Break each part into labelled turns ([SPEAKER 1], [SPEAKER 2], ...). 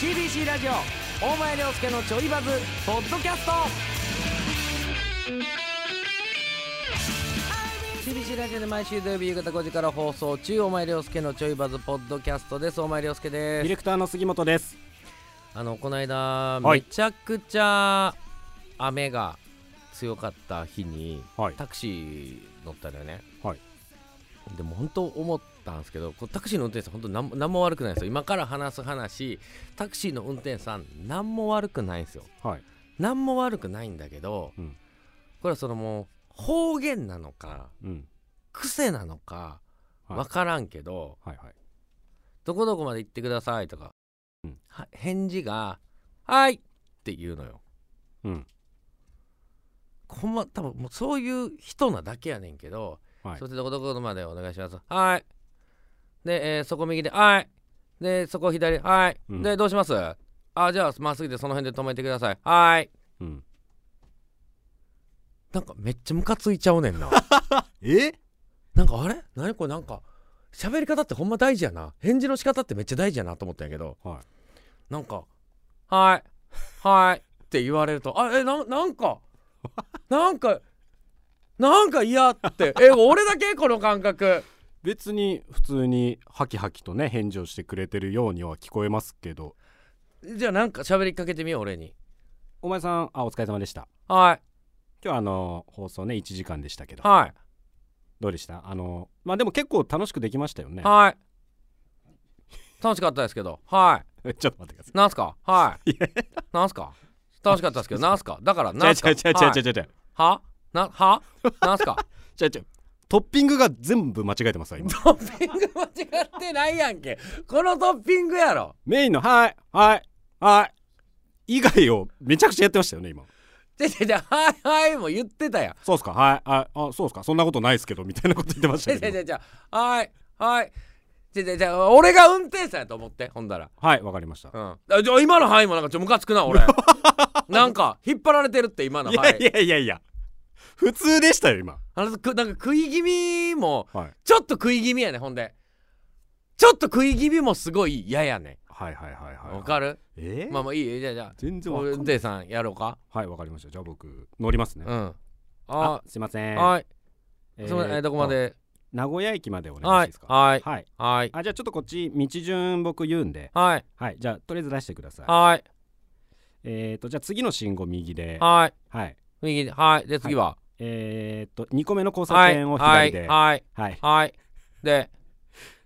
[SPEAKER 1] TBC ラジオ大前涼介のちょいバズポッドキャスト TBC ラジオで毎週土曜日夕方5時から放送中大前涼介のちょいバズポッドキャストです大前涼介
[SPEAKER 2] ディ
[SPEAKER 1] です
[SPEAKER 2] レクターの杉本です。
[SPEAKER 1] あのこの間、
[SPEAKER 2] は
[SPEAKER 1] め
[SPEAKER 2] い
[SPEAKER 1] ちゃくちゃ雨が強かった日に
[SPEAKER 2] はい。
[SPEAKER 1] タクシー乗ったのよね
[SPEAKER 2] はい
[SPEAKER 1] でも本当思ったんですけどこうタクシーの運転手さん本当なんもなんも悪くないですよ今から話す話タクシーの運転手さんなんも悪くないんですよ
[SPEAKER 2] はい。
[SPEAKER 1] なんも悪くないんだけど、
[SPEAKER 2] うん
[SPEAKER 1] これはそのもう方言なのか
[SPEAKER 2] うん。
[SPEAKER 1] 癖なのか
[SPEAKER 2] はい
[SPEAKER 1] 分からんけど、
[SPEAKER 2] はいはい。
[SPEAKER 1] どこどこまで行ってくださいとか、
[SPEAKER 2] うん
[SPEAKER 1] は返事が「はい!」って言うのよ。
[SPEAKER 2] うん。
[SPEAKER 1] ほんま多分もうそういう人なだけやねんけど、
[SPEAKER 2] はい
[SPEAKER 1] そしてどこどこまでお願いしますはいで、えーそこ右ではいでそこ左はい、
[SPEAKER 2] うん
[SPEAKER 1] でどうしますあじゃあまっすぐでその辺で止めてくださいはい
[SPEAKER 2] うん。
[SPEAKER 1] なんかめっちゃムカついちゃうね んな
[SPEAKER 2] え？
[SPEAKER 1] なんかあれ何これなんか喋り方ってほんま大事やな返事の仕方ってめっちゃ大事やなと思ったんやけど
[SPEAKER 2] は
[SPEAKER 1] なんか「はいはい」って言われると「あえななん かなんかなんか嫌」って「え俺だけこの感覚
[SPEAKER 2] い。別に普通にハキハキとね返事をしてくれてるようには聞こえますけど。」
[SPEAKER 1] じゃあなんか喋りかけてみよう俺に
[SPEAKER 2] お前さんあお疲れ様でした。
[SPEAKER 1] 「はい
[SPEAKER 2] 今日はあの放送ね1時間でしたけど。
[SPEAKER 1] は
[SPEAKER 2] どうでした？あのまあでも結構楽しくできましたよね
[SPEAKER 1] い。はい」楽しかったですけど「はい」
[SPEAKER 2] ちょっと待ってくだ
[SPEAKER 1] なんすかはい。なんすか楽しかったですけど、なんすかだから、
[SPEAKER 2] さ。
[SPEAKER 1] ないんすか
[SPEAKER 2] 違う違う違う違
[SPEAKER 1] はいう
[SPEAKER 2] 違う
[SPEAKER 1] はな、はなん すか
[SPEAKER 2] 違う違う。トッピングが全部間違えてますよ今。
[SPEAKER 1] トッピング間違ってないやんけ。このトッピングやろ。
[SPEAKER 2] メインのはいはいはい以外をめちゃくちゃやってましたよね今。
[SPEAKER 1] ででで、はいはいも言ってたやん。
[SPEAKER 2] そうっすかはいはいあそうっすかそんなことないっすけどみたいなこと言ってました
[SPEAKER 1] で
[SPEAKER 2] け
[SPEAKER 1] で
[SPEAKER 2] ど。
[SPEAKER 1] でじゃはいはい。ででじゃ俺が運転手やと思って、ほんだら。
[SPEAKER 2] はいわかりました。
[SPEAKER 1] うん、あじゃあ今の範囲もなんかちょっとムカつくな 俺なんか引っ張られてるって今の
[SPEAKER 2] い
[SPEAKER 1] 範
[SPEAKER 2] や
[SPEAKER 1] 囲
[SPEAKER 2] いやいやいや普通でしたよ今
[SPEAKER 1] あのくなんか食い気味も
[SPEAKER 2] はい
[SPEAKER 1] ちょっと食い気味やねほんでちょっと食い気味もすごい嫌やね
[SPEAKER 2] はいはいはいはい
[SPEAKER 1] わか
[SPEAKER 2] る
[SPEAKER 1] る
[SPEAKER 2] えー
[SPEAKER 1] まあまあいいよじゃあじゃあ
[SPEAKER 2] 全然わか
[SPEAKER 1] 運
[SPEAKER 2] んない
[SPEAKER 1] 転手さんやろうか
[SPEAKER 2] はいわかりましたじゃあ僕乗りますね
[SPEAKER 1] うん
[SPEAKER 2] あ
[SPEAKER 1] あ
[SPEAKER 2] すいません
[SPEAKER 1] はい
[SPEAKER 2] えー
[SPEAKER 1] すみませんえどこまで
[SPEAKER 2] 名古屋駅までお願い
[SPEAKER 1] は
[SPEAKER 2] し
[SPEAKER 1] い
[SPEAKER 2] ますか
[SPEAKER 1] はい
[SPEAKER 2] はい
[SPEAKER 1] はい
[SPEAKER 2] あじゃあちょっとこっち道順僕言うんで
[SPEAKER 1] はい
[SPEAKER 2] はいじゃあとりあえず出してください
[SPEAKER 1] はい
[SPEAKER 2] えっとじゃあ次の信号右で
[SPEAKER 1] はい
[SPEAKER 2] はい
[SPEAKER 1] 右ではいで次は
[SPEAKER 2] えっと2個目の交差
[SPEAKER 1] はい
[SPEAKER 2] 点を
[SPEAKER 1] は
[SPEAKER 2] 左
[SPEAKER 1] い
[SPEAKER 2] で
[SPEAKER 1] はい
[SPEAKER 2] はい
[SPEAKER 1] はいで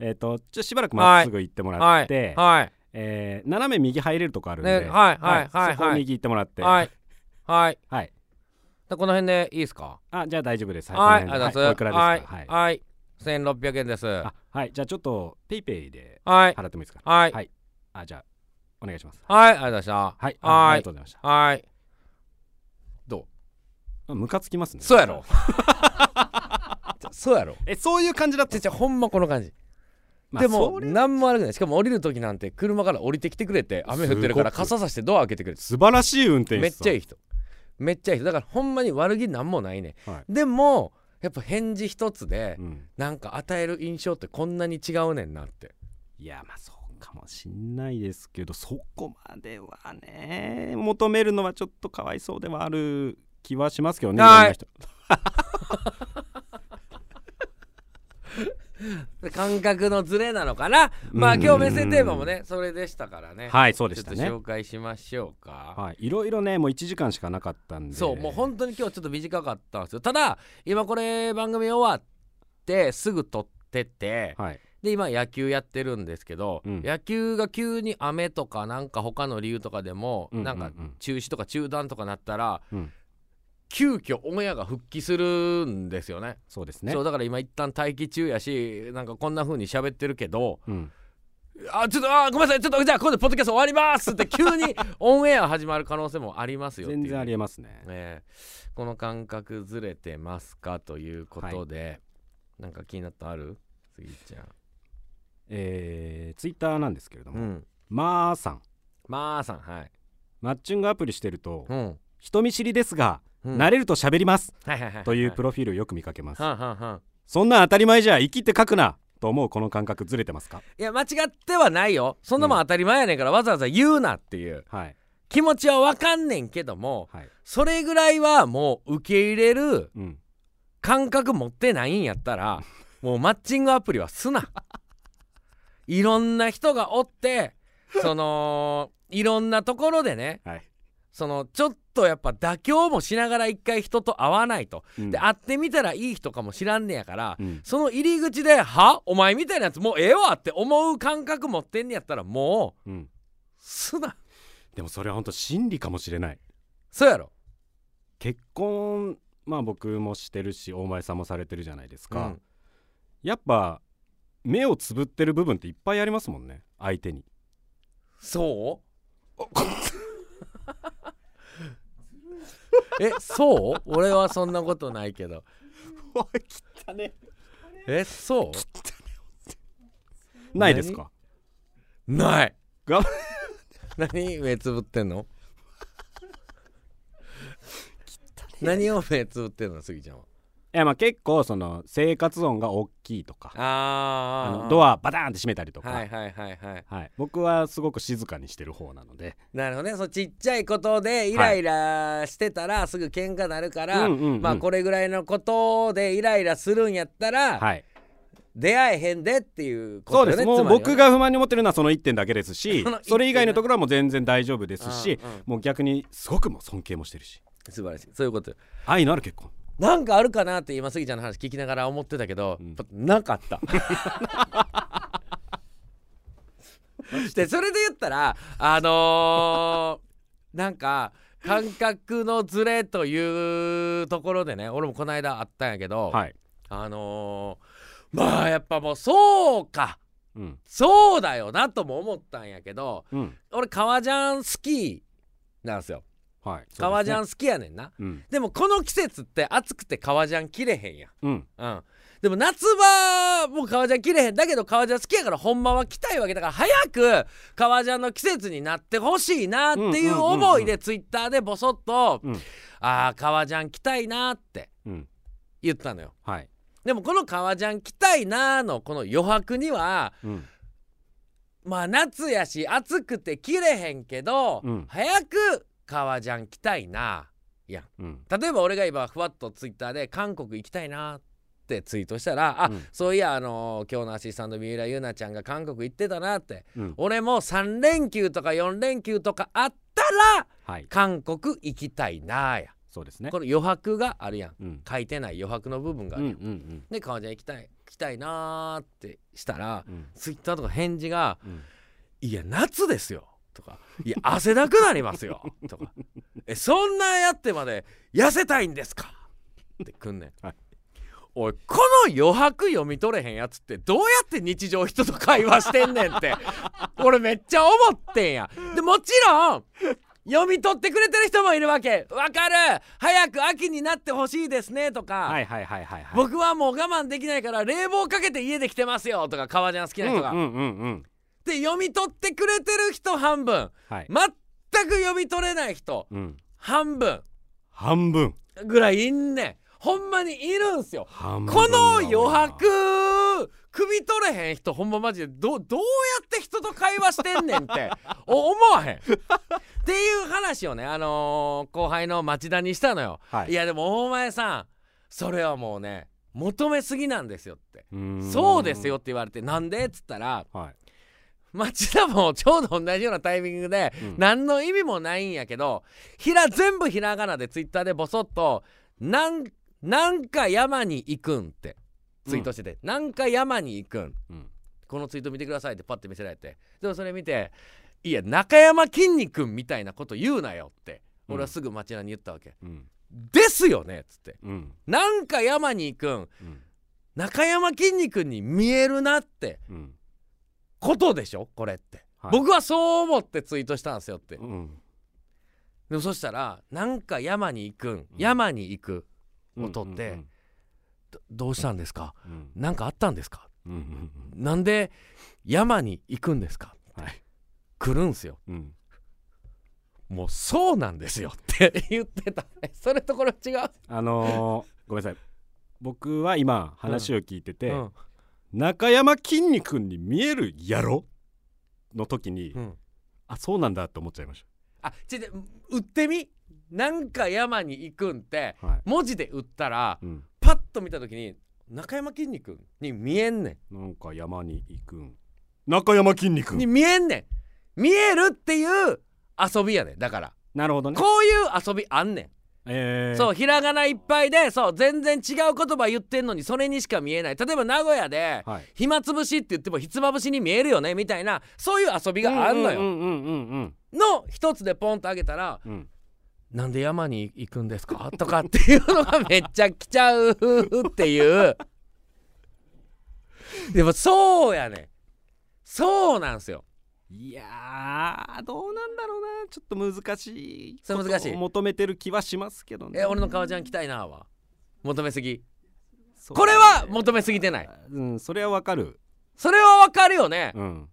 [SPEAKER 2] えっとちょしばらくまっすぐ行ってもら
[SPEAKER 1] は
[SPEAKER 2] っ
[SPEAKER 1] い
[SPEAKER 2] て
[SPEAKER 1] はい
[SPEAKER 2] えー斜め右入れるとこあるん
[SPEAKER 1] ね
[SPEAKER 2] で
[SPEAKER 1] はいはいはい
[SPEAKER 2] そこを
[SPEAKER 1] はい
[SPEAKER 2] 右行ってもらって
[SPEAKER 1] はいはい
[SPEAKER 2] はい
[SPEAKER 1] でこの辺でいいですか
[SPEAKER 2] あ、じゃあ大丈夫です。
[SPEAKER 1] はいあ
[SPEAKER 2] こ
[SPEAKER 1] り
[SPEAKER 2] の
[SPEAKER 1] がとうご
[SPEAKER 2] 辺で
[SPEAKER 1] ざ
[SPEAKER 2] はい、おいくら
[SPEAKER 1] い
[SPEAKER 2] で
[SPEAKER 1] ます
[SPEAKER 2] か。
[SPEAKER 1] す
[SPEAKER 2] は
[SPEAKER 1] はいい。はい1600円ですは
[SPEAKER 2] あ、はい、じゃあちょっとペイペイで
[SPEAKER 1] い
[SPEAKER 2] 払ってもいいですか。
[SPEAKER 1] はい
[SPEAKER 2] はいあ、じゃあお願いします。
[SPEAKER 1] はいありがとうございました
[SPEAKER 2] はい、
[SPEAKER 1] はい
[SPEAKER 2] あありがとうございました
[SPEAKER 1] はいどう。
[SPEAKER 2] あムカつきますね。
[SPEAKER 1] そうやろ そうやろ
[SPEAKER 2] え、そういう感じだった
[SPEAKER 1] ち。ゃほんまこの感じ
[SPEAKER 2] まあ
[SPEAKER 1] でも
[SPEAKER 2] それ
[SPEAKER 1] 何も悪くないしかも降りる時なんて車から降りてきてくれて雨降ってるから
[SPEAKER 2] すごく
[SPEAKER 1] 傘さしてドア開けてくれて
[SPEAKER 2] 素晴らしい運転手さん。
[SPEAKER 1] めっちゃい
[SPEAKER 2] い。
[SPEAKER 1] い人めっちゃいい人だからほんまに悪気なんもないね、
[SPEAKER 2] はい
[SPEAKER 1] でもやっぱ返事一つで、
[SPEAKER 2] うん。
[SPEAKER 1] なんか与える印象ってこんなに違うねんなって
[SPEAKER 2] いや、まあそうかもしんないですけど、そこまではね、求めるのはちょっとかわいそうではある気はしますけどね。
[SPEAKER 1] はい
[SPEAKER 2] ろんな人
[SPEAKER 1] 感覚のズレなのかなまあ今日メッセージテーマもねそれでしたからね、
[SPEAKER 2] はい、そうで
[SPEAKER 1] ちょ
[SPEAKER 2] し
[SPEAKER 1] ったと
[SPEAKER 2] ね。
[SPEAKER 1] 紹介しましょうか、
[SPEAKER 2] はい、いろいろね、もう1時間しかなかったんで。
[SPEAKER 1] そうもう本当に今日ちょっと短かったんですよただ今これ番組終わってすぐ撮ってて、
[SPEAKER 2] はい。
[SPEAKER 1] で今野球やってるんですけど、
[SPEAKER 2] うん
[SPEAKER 1] 野球が急に雨とかなんか他の理由とかでも、
[SPEAKER 2] うんうんう
[SPEAKER 1] なんんか中止とか中断とかなったら、
[SPEAKER 2] うん
[SPEAKER 1] 急遽オンエアが復帰するんですよね
[SPEAKER 2] そうですね
[SPEAKER 1] そう。だから今一旦待機中やしなんかこんな風に喋ってるけど
[SPEAKER 2] うん。
[SPEAKER 1] 「あちょっとあーごめんなさいちょっとじゃあ今度ポッドキャスト終わります」って急にオンエア始まる可能性もありますよっていう
[SPEAKER 2] 全然ありえますね。
[SPEAKER 1] えーこの感覚ずれてますかということで、なんか気になったある杉ちゃん。
[SPEAKER 2] えー、ツイッターなんですけれど
[SPEAKER 1] う
[SPEAKER 2] も、
[SPEAKER 1] ん。
[SPEAKER 2] まーさん
[SPEAKER 1] まあさんはい。
[SPEAKER 2] マッチングアプリしてると、
[SPEAKER 1] うん。
[SPEAKER 2] 人見知りですが、
[SPEAKER 1] うん
[SPEAKER 2] 慣れると喋ります
[SPEAKER 1] はいはいはいは
[SPEAKER 2] というプ
[SPEAKER 1] ロ
[SPEAKER 2] ロフィールよく見かけます、
[SPEAKER 1] はんはんはん
[SPEAKER 2] そんなん当たり前じゃ生きって書くなと思うこの感覚ずれてますか
[SPEAKER 1] いや間違ってはないよそんなもん当たり前やねんから、わざわざ言うなっていう
[SPEAKER 2] はい
[SPEAKER 1] 気持ちはわかんねんけども
[SPEAKER 2] はい
[SPEAKER 1] それぐらいはもう受け入れる
[SPEAKER 2] うん
[SPEAKER 1] 感覚持ってないんやった らもうマッチングアプリはすないろんな人がおってそのいろんなところでね
[SPEAKER 2] はい、
[SPEAKER 1] そのちょっとやっぱ妥協もしながら一回人と会わないと
[SPEAKER 2] うん
[SPEAKER 1] で会ってみたらいい人かもしらんねやから、
[SPEAKER 2] うん
[SPEAKER 1] その入り口で「はお前みたいなやつもうええわ」って思う感覚持ってんねやったらもう
[SPEAKER 2] うん、
[SPEAKER 1] すな
[SPEAKER 2] でもそれは本当真理かもしれない
[SPEAKER 1] そうやろ
[SPEAKER 2] 結婚まあ僕もしてるし大前さんもされてるじゃないですか、
[SPEAKER 1] うん
[SPEAKER 2] やっぱ目をつぶってる部分っていっぱいありますもんね 相手に
[SPEAKER 1] そうえそう俺はそんなことないけど
[SPEAKER 2] おい汚ね
[SPEAKER 1] えそう
[SPEAKER 2] ないですか
[SPEAKER 1] ない
[SPEAKER 2] が
[SPEAKER 1] 何目つぶってんの何を目つぶってんのスギちゃんはい
[SPEAKER 2] やまあ結構その生活音が大きいとかあ
[SPEAKER 1] ああ
[SPEAKER 2] のドアバターンって閉めたりとか、
[SPEAKER 1] はいはいはいはい
[SPEAKER 2] はい、僕はすごく静かにしてる方なので、
[SPEAKER 1] なるほどねそうちっちゃいことでイライラしてたらすぐ喧嘩なるから、
[SPEAKER 2] うんうんうん
[SPEAKER 1] まあこれぐらいのことでイライラするんやったら、
[SPEAKER 2] はい、
[SPEAKER 1] 出会えへんでっていうこ
[SPEAKER 2] そう
[SPEAKER 1] とよ
[SPEAKER 2] です
[SPEAKER 1] ね
[SPEAKER 2] もう僕
[SPEAKER 1] つまりはね
[SPEAKER 2] が不満に思ってるのはその1点だけですし
[SPEAKER 1] その一点ね
[SPEAKER 2] それ以外のところはもう全然大丈夫ですし
[SPEAKER 1] うんうん
[SPEAKER 2] もう逆にすごくもう尊敬もしてるし
[SPEAKER 1] 素晴らしいそういうことよ
[SPEAKER 2] 愛のある結婚
[SPEAKER 1] なんかあるかなって今スギちゃんの話聞きながら思ってたけど、
[SPEAKER 2] うん
[SPEAKER 1] やっぱなかったでそれで言ったらあのーなんか感覚のズレというところでね俺もこの間あったんやけど、
[SPEAKER 2] はい、
[SPEAKER 1] あのーまあやっぱもうそうか
[SPEAKER 2] うん
[SPEAKER 1] そうだよなとも思ったんやけど
[SPEAKER 2] うん
[SPEAKER 1] 俺革ジャン好きなんですよ
[SPEAKER 2] はい、
[SPEAKER 1] 革ジャ
[SPEAKER 2] ン
[SPEAKER 1] ン好きやねんな
[SPEAKER 2] うん
[SPEAKER 1] でもこの季節って暑くて革ジャン着れへんやん
[SPEAKER 2] うん
[SPEAKER 1] うんでも夏場もう革ジャン着れへんだけど革ジャン好きやからほんまは着たいわけだから早く革ジャンの季節になってほしいなっていう思いでツイッターでボソッと
[SPEAKER 2] うん
[SPEAKER 1] 「あー革ジャン着たいな」って
[SPEAKER 2] うん
[SPEAKER 1] 言ったのよ
[SPEAKER 2] はい
[SPEAKER 1] でもこの革ジャン着たいなーのこの余白には
[SPEAKER 2] うん
[SPEAKER 1] まあ夏やし暑くて着れへんけど、
[SPEAKER 2] うん
[SPEAKER 1] 早く革ジャン着たいな
[SPEAKER 2] うん
[SPEAKER 1] 例えば俺が今ふわっとツイッターで韓国行きたいなってツイートしたらあ、
[SPEAKER 2] うん
[SPEAKER 1] そういやあのー今日のアシスタント三浦優奈ちゃんが韓国行ってたなって
[SPEAKER 2] うん
[SPEAKER 1] 俺も3連休とか4連休とかあったら
[SPEAKER 2] はい
[SPEAKER 1] 韓国行きたいなや
[SPEAKER 2] そうですね
[SPEAKER 1] この余白があるやん
[SPEAKER 2] うん
[SPEAKER 1] 書いてない余白の部分があ
[SPEAKER 2] う
[SPEAKER 1] る
[SPEAKER 2] ん
[SPEAKER 1] や、
[SPEAKER 2] うんん
[SPEAKER 1] で革ジャン行きたい行きたいなーってしたら、
[SPEAKER 2] うんうん
[SPEAKER 1] ツイッターとか返事が
[SPEAKER 2] うん
[SPEAKER 1] 「いや夏ですよ」とか「いや汗だくなりますよ」とか「えそんなやってまで痩せたいんですか?」ってくんねん。
[SPEAKER 2] はい
[SPEAKER 1] おいこの余白読み取れへんやつってどうやって日常人と会話してんねんって俺めっちゃ思ってんや。でもちろん読み取ってくれてる人もいるわけわかる早く秋になってほしいですねとか、
[SPEAKER 2] はいはいはいはいはい
[SPEAKER 1] 僕はもう我慢できないから冷房かけて家で来てますよとか革ジャン好きな人が、
[SPEAKER 2] うんうんうんうん
[SPEAKER 1] で読み取ってくれてる人半分
[SPEAKER 2] はい
[SPEAKER 1] 全く読み取れない人
[SPEAKER 2] うん
[SPEAKER 1] 半分
[SPEAKER 2] 半分
[SPEAKER 1] ぐらいいんねんほんまにいるんすよ
[SPEAKER 2] 半分
[SPEAKER 1] この
[SPEAKER 2] は多いな
[SPEAKER 1] 余白汲み取れへん人ほんまマジでどどうやって人と会話してんねんって お思わへんっていう話をねあのー後輩の町田にしたのよ、
[SPEAKER 2] はい
[SPEAKER 1] いやでも大前さんそれはもうね求めすぎなんですよって
[SPEAKER 2] うーん
[SPEAKER 1] そうですよって言われてなんでっつったら
[SPEAKER 2] はい
[SPEAKER 1] 町田もちょうど同じようなタイミングで、
[SPEAKER 2] うん
[SPEAKER 1] 何の意味もないんやけどひら全部ひらがなでツイッターでボソッと「なんなんか山に行くん」ってツイートしてて「なんか山に行くん
[SPEAKER 2] うん
[SPEAKER 1] このツイート見てください」ってパッて見せられてでもそれ見て「いや中山きんに君みたいなこと言うなよ」って俺はすぐ町田に言ったわけ
[SPEAKER 2] うん
[SPEAKER 1] 「ですよね」っつって
[SPEAKER 2] うん
[SPEAKER 1] 「なんか山に行くん
[SPEAKER 2] うん
[SPEAKER 1] 中山きんに君に見えるな」って
[SPEAKER 2] うん
[SPEAKER 1] ことでしょこれって。
[SPEAKER 2] はい
[SPEAKER 1] 僕はそう思ってツイートしたんですよって、
[SPEAKER 2] うん
[SPEAKER 1] でもそしたらなんか山に行くん、山に行くを取って、どどうしたんですか
[SPEAKER 2] うん
[SPEAKER 1] なんかあったんですか
[SPEAKER 2] うんうん
[SPEAKER 1] なんで山に行くんですか
[SPEAKER 2] うんはい
[SPEAKER 1] 来るんすよ
[SPEAKER 2] うん
[SPEAKER 1] もうそうなんですよって言ってた えそれとこれ違う
[SPEAKER 2] あのーごめんなさい僕は今話を聞いてて
[SPEAKER 1] うん
[SPEAKER 2] 中山きんに君に見えるやろの時に、
[SPEAKER 1] うん
[SPEAKER 2] あそうなんだって思っちゃいまし
[SPEAKER 1] あちょっと売ってみなんか山に行くんって
[SPEAKER 2] た、はい
[SPEAKER 1] 文字で売ったら
[SPEAKER 2] うん、
[SPEAKER 1] パッと見た時に中山きんに君に見えんね
[SPEAKER 2] なんか山に行くん中山きんに
[SPEAKER 1] んに
[SPEAKER 2] 君
[SPEAKER 1] 見えんねん見えるっていう遊びやねんだから
[SPEAKER 2] なるほどね
[SPEAKER 1] こういう遊びあんねん
[SPEAKER 2] えー、
[SPEAKER 1] そうひらがないっぱいでそう全然違う言葉言ってんのにそれにしか見えない例えば名古屋で
[SPEAKER 2] はい
[SPEAKER 1] 暇つぶしって言ってもひつまぶしに見えるよねみたいなそういう遊びがあんの
[SPEAKER 2] う
[SPEAKER 1] よ
[SPEAKER 2] んうんうんうん
[SPEAKER 1] の一つでポンとあげたら
[SPEAKER 2] うんうん
[SPEAKER 1] 「なんで山に行くんですか?」 とかっていうのがめっちゃ来ちゃうっていうでもそうやねんそうなんすよ
[SPEAKER 2] いやーどうなんだろうなちょっと難しい
[SPEAKER 1] それ難しい
[SPEAKER 2] ことを求めてる気はしますけどね
[SPEAKER 1] え俺の革ジャン着たいなは求めすぎ
[SPEAKER 2] そう
[SPEAKER 1] これは求めすぎてない
[SPEAKER 2] うんそれはわかる
[SPEAKER 1] それはわかるよね
[SPEAKER 2] うん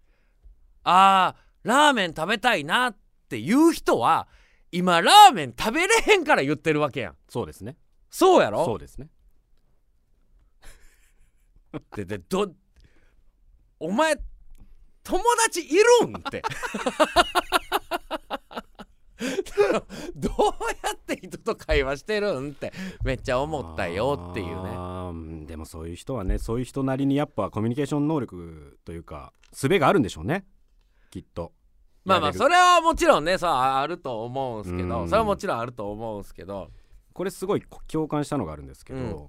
[SPEAKER 1] あーラーメン食べたいなっていう人は今ラーメン食べれへんから言ってるわけやん
[SPEAKER 2] そうですね
[SPEAKER 1] そうや
[SPEAKER 2] そう
[SPEAKER 1] ろ
[SPEAKER 2] ですね
[SPEAKER 1] ででどお前友達いるんって どうやって人と会話してるんってめっちゃ思ったよっていうね
[SPEAKER 2] あーうんでもそういう人はねそういう人なりにやっぱコミュニケーション能力というか術があるんでしょうねきっと
[SPEAKER 1] まあまあ
[SPEAKER 2] やれる
[SPEAKER 1] それはもちろんねそうああると思うんすけ
[SPEAKER 2] う
[SPEAKER 1] ど
[SPEAKER 2] ん
[SPEAKER 1] それはもちろんあると思うんすけど
[SPEAKER 2] これすごい共感したのがあるんですけど、
[SPEAKER 1] うん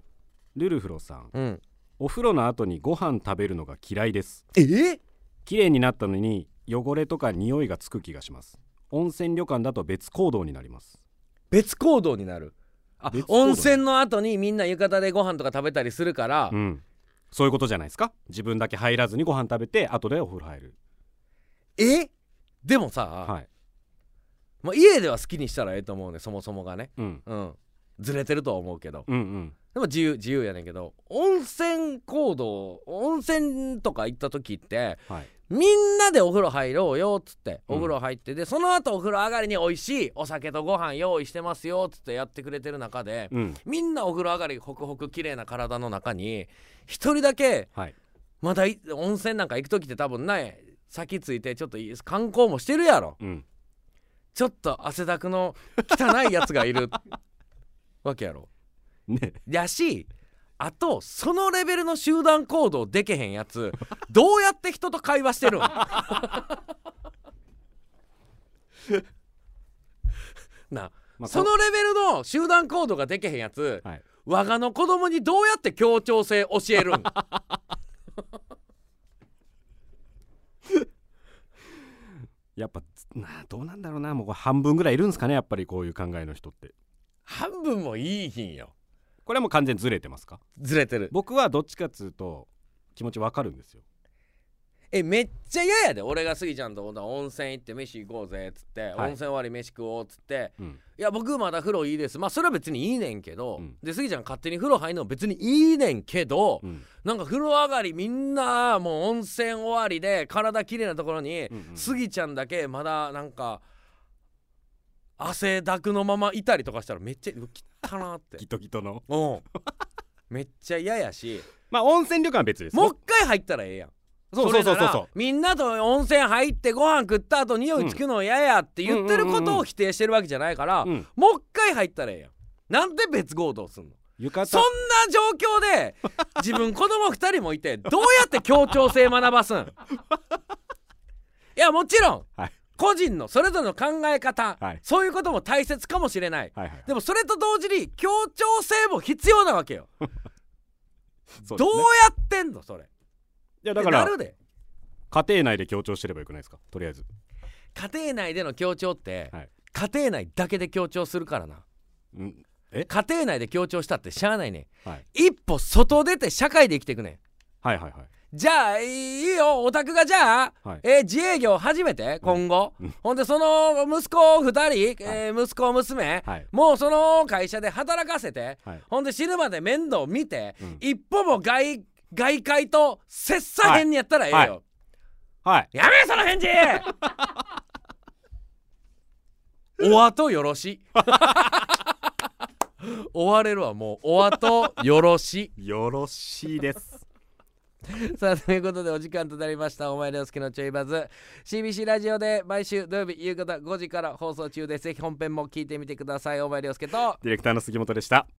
[SPEAKER 2] ルルフロさん
[SPEAKER 1] うん
[SPEAKER 2] お風呂の後にご飯食べるのが嫌いです
[SPEAKER 1] え
[SPEAKER 2] 綺麗になったのに汚れとか匂いがつく気がします温泉旅館だと別行動になります
[SPEAKER 1] 別行動になるあ
[SPEAKER 2] 別行動
[SPEAKER 1] 温泉の後にみんな浴衣でご飯とか食べたりするから、
[SPEAKER 2] うんそういうことじゃないですか自分だけ入らずにご飯食べて後でお風呂入る
[SPEAKER 1] えでもさ、
[SPEAKER 2] はい
[SPEAKER 1] もう家では好きにしたらええと思うねそもそもがね
[SPEAKER 2] うん
[SPEAKER 1] うんずれてるとは思うけど
[SPEAKER 2] うんうん
[SPEAKER 1] でも自由自由やねんけど温泉行動温泉とか行った時って
[SPEAKER 2] はい
[SPEAKER 1] みんなでお風呂入ろうよっつって
[SPEAKER 2] う
[SPEAKER 1] お
[SPEAKER 2] ん
[SPEAKER 1] 風呂入って、でその後お風呂上がりに美味しいお酒とご飯用意してますよっつってやってくれてる中で
[SPEAKER 2] うん
[SPEAKER 1] みんなお風呂上がりホクホク綺麗な体の中に一人だけ
[SPEAKER 2] はい
[SPEAKER 1] まだい温泉なんか行く時って多分ね先ついてちょっとい観光もしてるやろ
[SPEAKER 2] うん
[SPEAKER 1] ちょっと汗だくの汚いやつがいるわけやろ
[SPEAKER 2] ね
[SPEAKER 1] やしあとそのレベルの集団行動でけへんやつどうやって人と会話して るんなあ
[SPEAKER 2] まあ
[SPEAKER 1] そのレベルの集団行動がでけへんやつ、
[SPEAKER 2] はい
[SPEAKER 1] 我がの子供にどうやって協調性教え るん
[SPEAKER 2] やっぱなあどうなんだろうなもうこれ半分ぐらいいるんですかねやっぱりこういう考えの人って
[SPEAKER 1] 半分もいいひんよ
[SPEAKER 2] これはもう完全にずれてますか
[SPEAKER 1] ずれてる
[SPEAKER 2] 僕はどっちかっつうと気持ちわかるんですよ
[SPEAKER 1] えめっちゃ嫌やで俺がスギちゃんとほんなら温泉行って飯行こうぜっつって、
[SPEAKER 2] はい
[SPEAKER 1] 温泉終わり飯食おうっつって
[SPEAKER 2] うん
[SPEAKER 1] いや僕まだ風呂いいですまあそれは別にいいねんけど、
[SPEAKER 2] うん
[SPEAKER 1] でスギちゃん勝手に風呂入るの別にいいねんけど、
[SPEAKER 2] うん
[SPEAKER 1] なんか風呂上がりみんなもう温泉終わりで体きれいなところに、
[SPEAKER 2] うんうん
[SPEAKER 1] スギちゃんだけまだなんか汗だくのままいたりとかしたらめっちゃうわ汚なって
[SPEAKER 2] ギトギトの
[SPEAKER 1] うんめっちゃ嫌やし
[SPEAKER 2] まあ温泉旅館は別ですよ
[SPEAKER 1] もう一回入ったらええやん
[SPEAKER 2] そうそうそう
[SPEAKER 1] れ
[SPEAKER 2] そう
[SPEAKER 1] な
[SPEAKER 2] そ
[SPEAKER 1] ら
[SPEAKER 2] う
[SPEAKER 1] みんなと温泉入ってご飯食った後匂いつくの嫌やって言ってることを否定してるわけじゃないから、
[SPEAKER 2] うん
[SPEAKER 1] もう一回入ったらええやんなんで別行動すんの
[SPEAKER 2] 浴衣
[SPEAKER 1] そんな状況で自分子供2人もいてどうやって協調性学ばすんいやもちろん、
[SPEAKER 2] はい
[SPEAKER 1] 個人のそれぞれの考え方、
[SPEAKER 2] はい
[SPEAKER 1] そういうことも大切かもしれない、
[SPEAKER 2] はいはい
[SPEAKER 1] でもそれと同時に協調性も必要なわけよ、
[SPEAKER 2] そうです
[SPEAKER 1] どう
[SPEAKER 2] ね
[SPEAKER 1] やってんのそれ
[SPEAKER 2] いやだから
[SPEAKER 1] なるで
[SPEAKER 2] 家庭内で強調してればよくないですかとりあえず
[SPEAKER 1] 家庭内での協調って、
[SPEAKER 2] はい
[SPEAKER 1] 家庭内だけで協調するからな
[SPEAKER 2] うん
[SPEAKER 1] 家庭内で協調したってしゃあないね
[SPEAKER 2] はい
[SPEAKER 1] ん一歩外出て社会で生きていくね
[SPEAKER 2] はいはいはい
[SPEAKER 1] んじゃあいいよお宅がじゃあ、
[SPEAKER 2] はい
[SPEAKER 1] えー自営業始めて今後、ほんでその息子2人、えー息子娘、
[SPEAKER 2] はい
[SPEAKER 1] もうその会社で働かせて、
[SPEAKER 2] はい
[SPEAKER 1] ほんで死ぬまで面倒見て、
[SPEAKER 2] うん
[SPEAKER 1] 一歩も外外界と切さへんにやったらええよ、
[SPEAKER 2] はいははい
[SPEAKER 1] やめえその 返事お後よろし終われるわもうお後よろし
[SPEAKER 2] よろしいです
[SPEAKER 1] さあということでお時間となりましたお前涼介のちょいバズ CBC ラジオで毎週土曜日夕方5時から放送中ですぜひ本編も聞いてみてくださいお前涼介と
[SPEAKER 2] ディレクターの杉本でした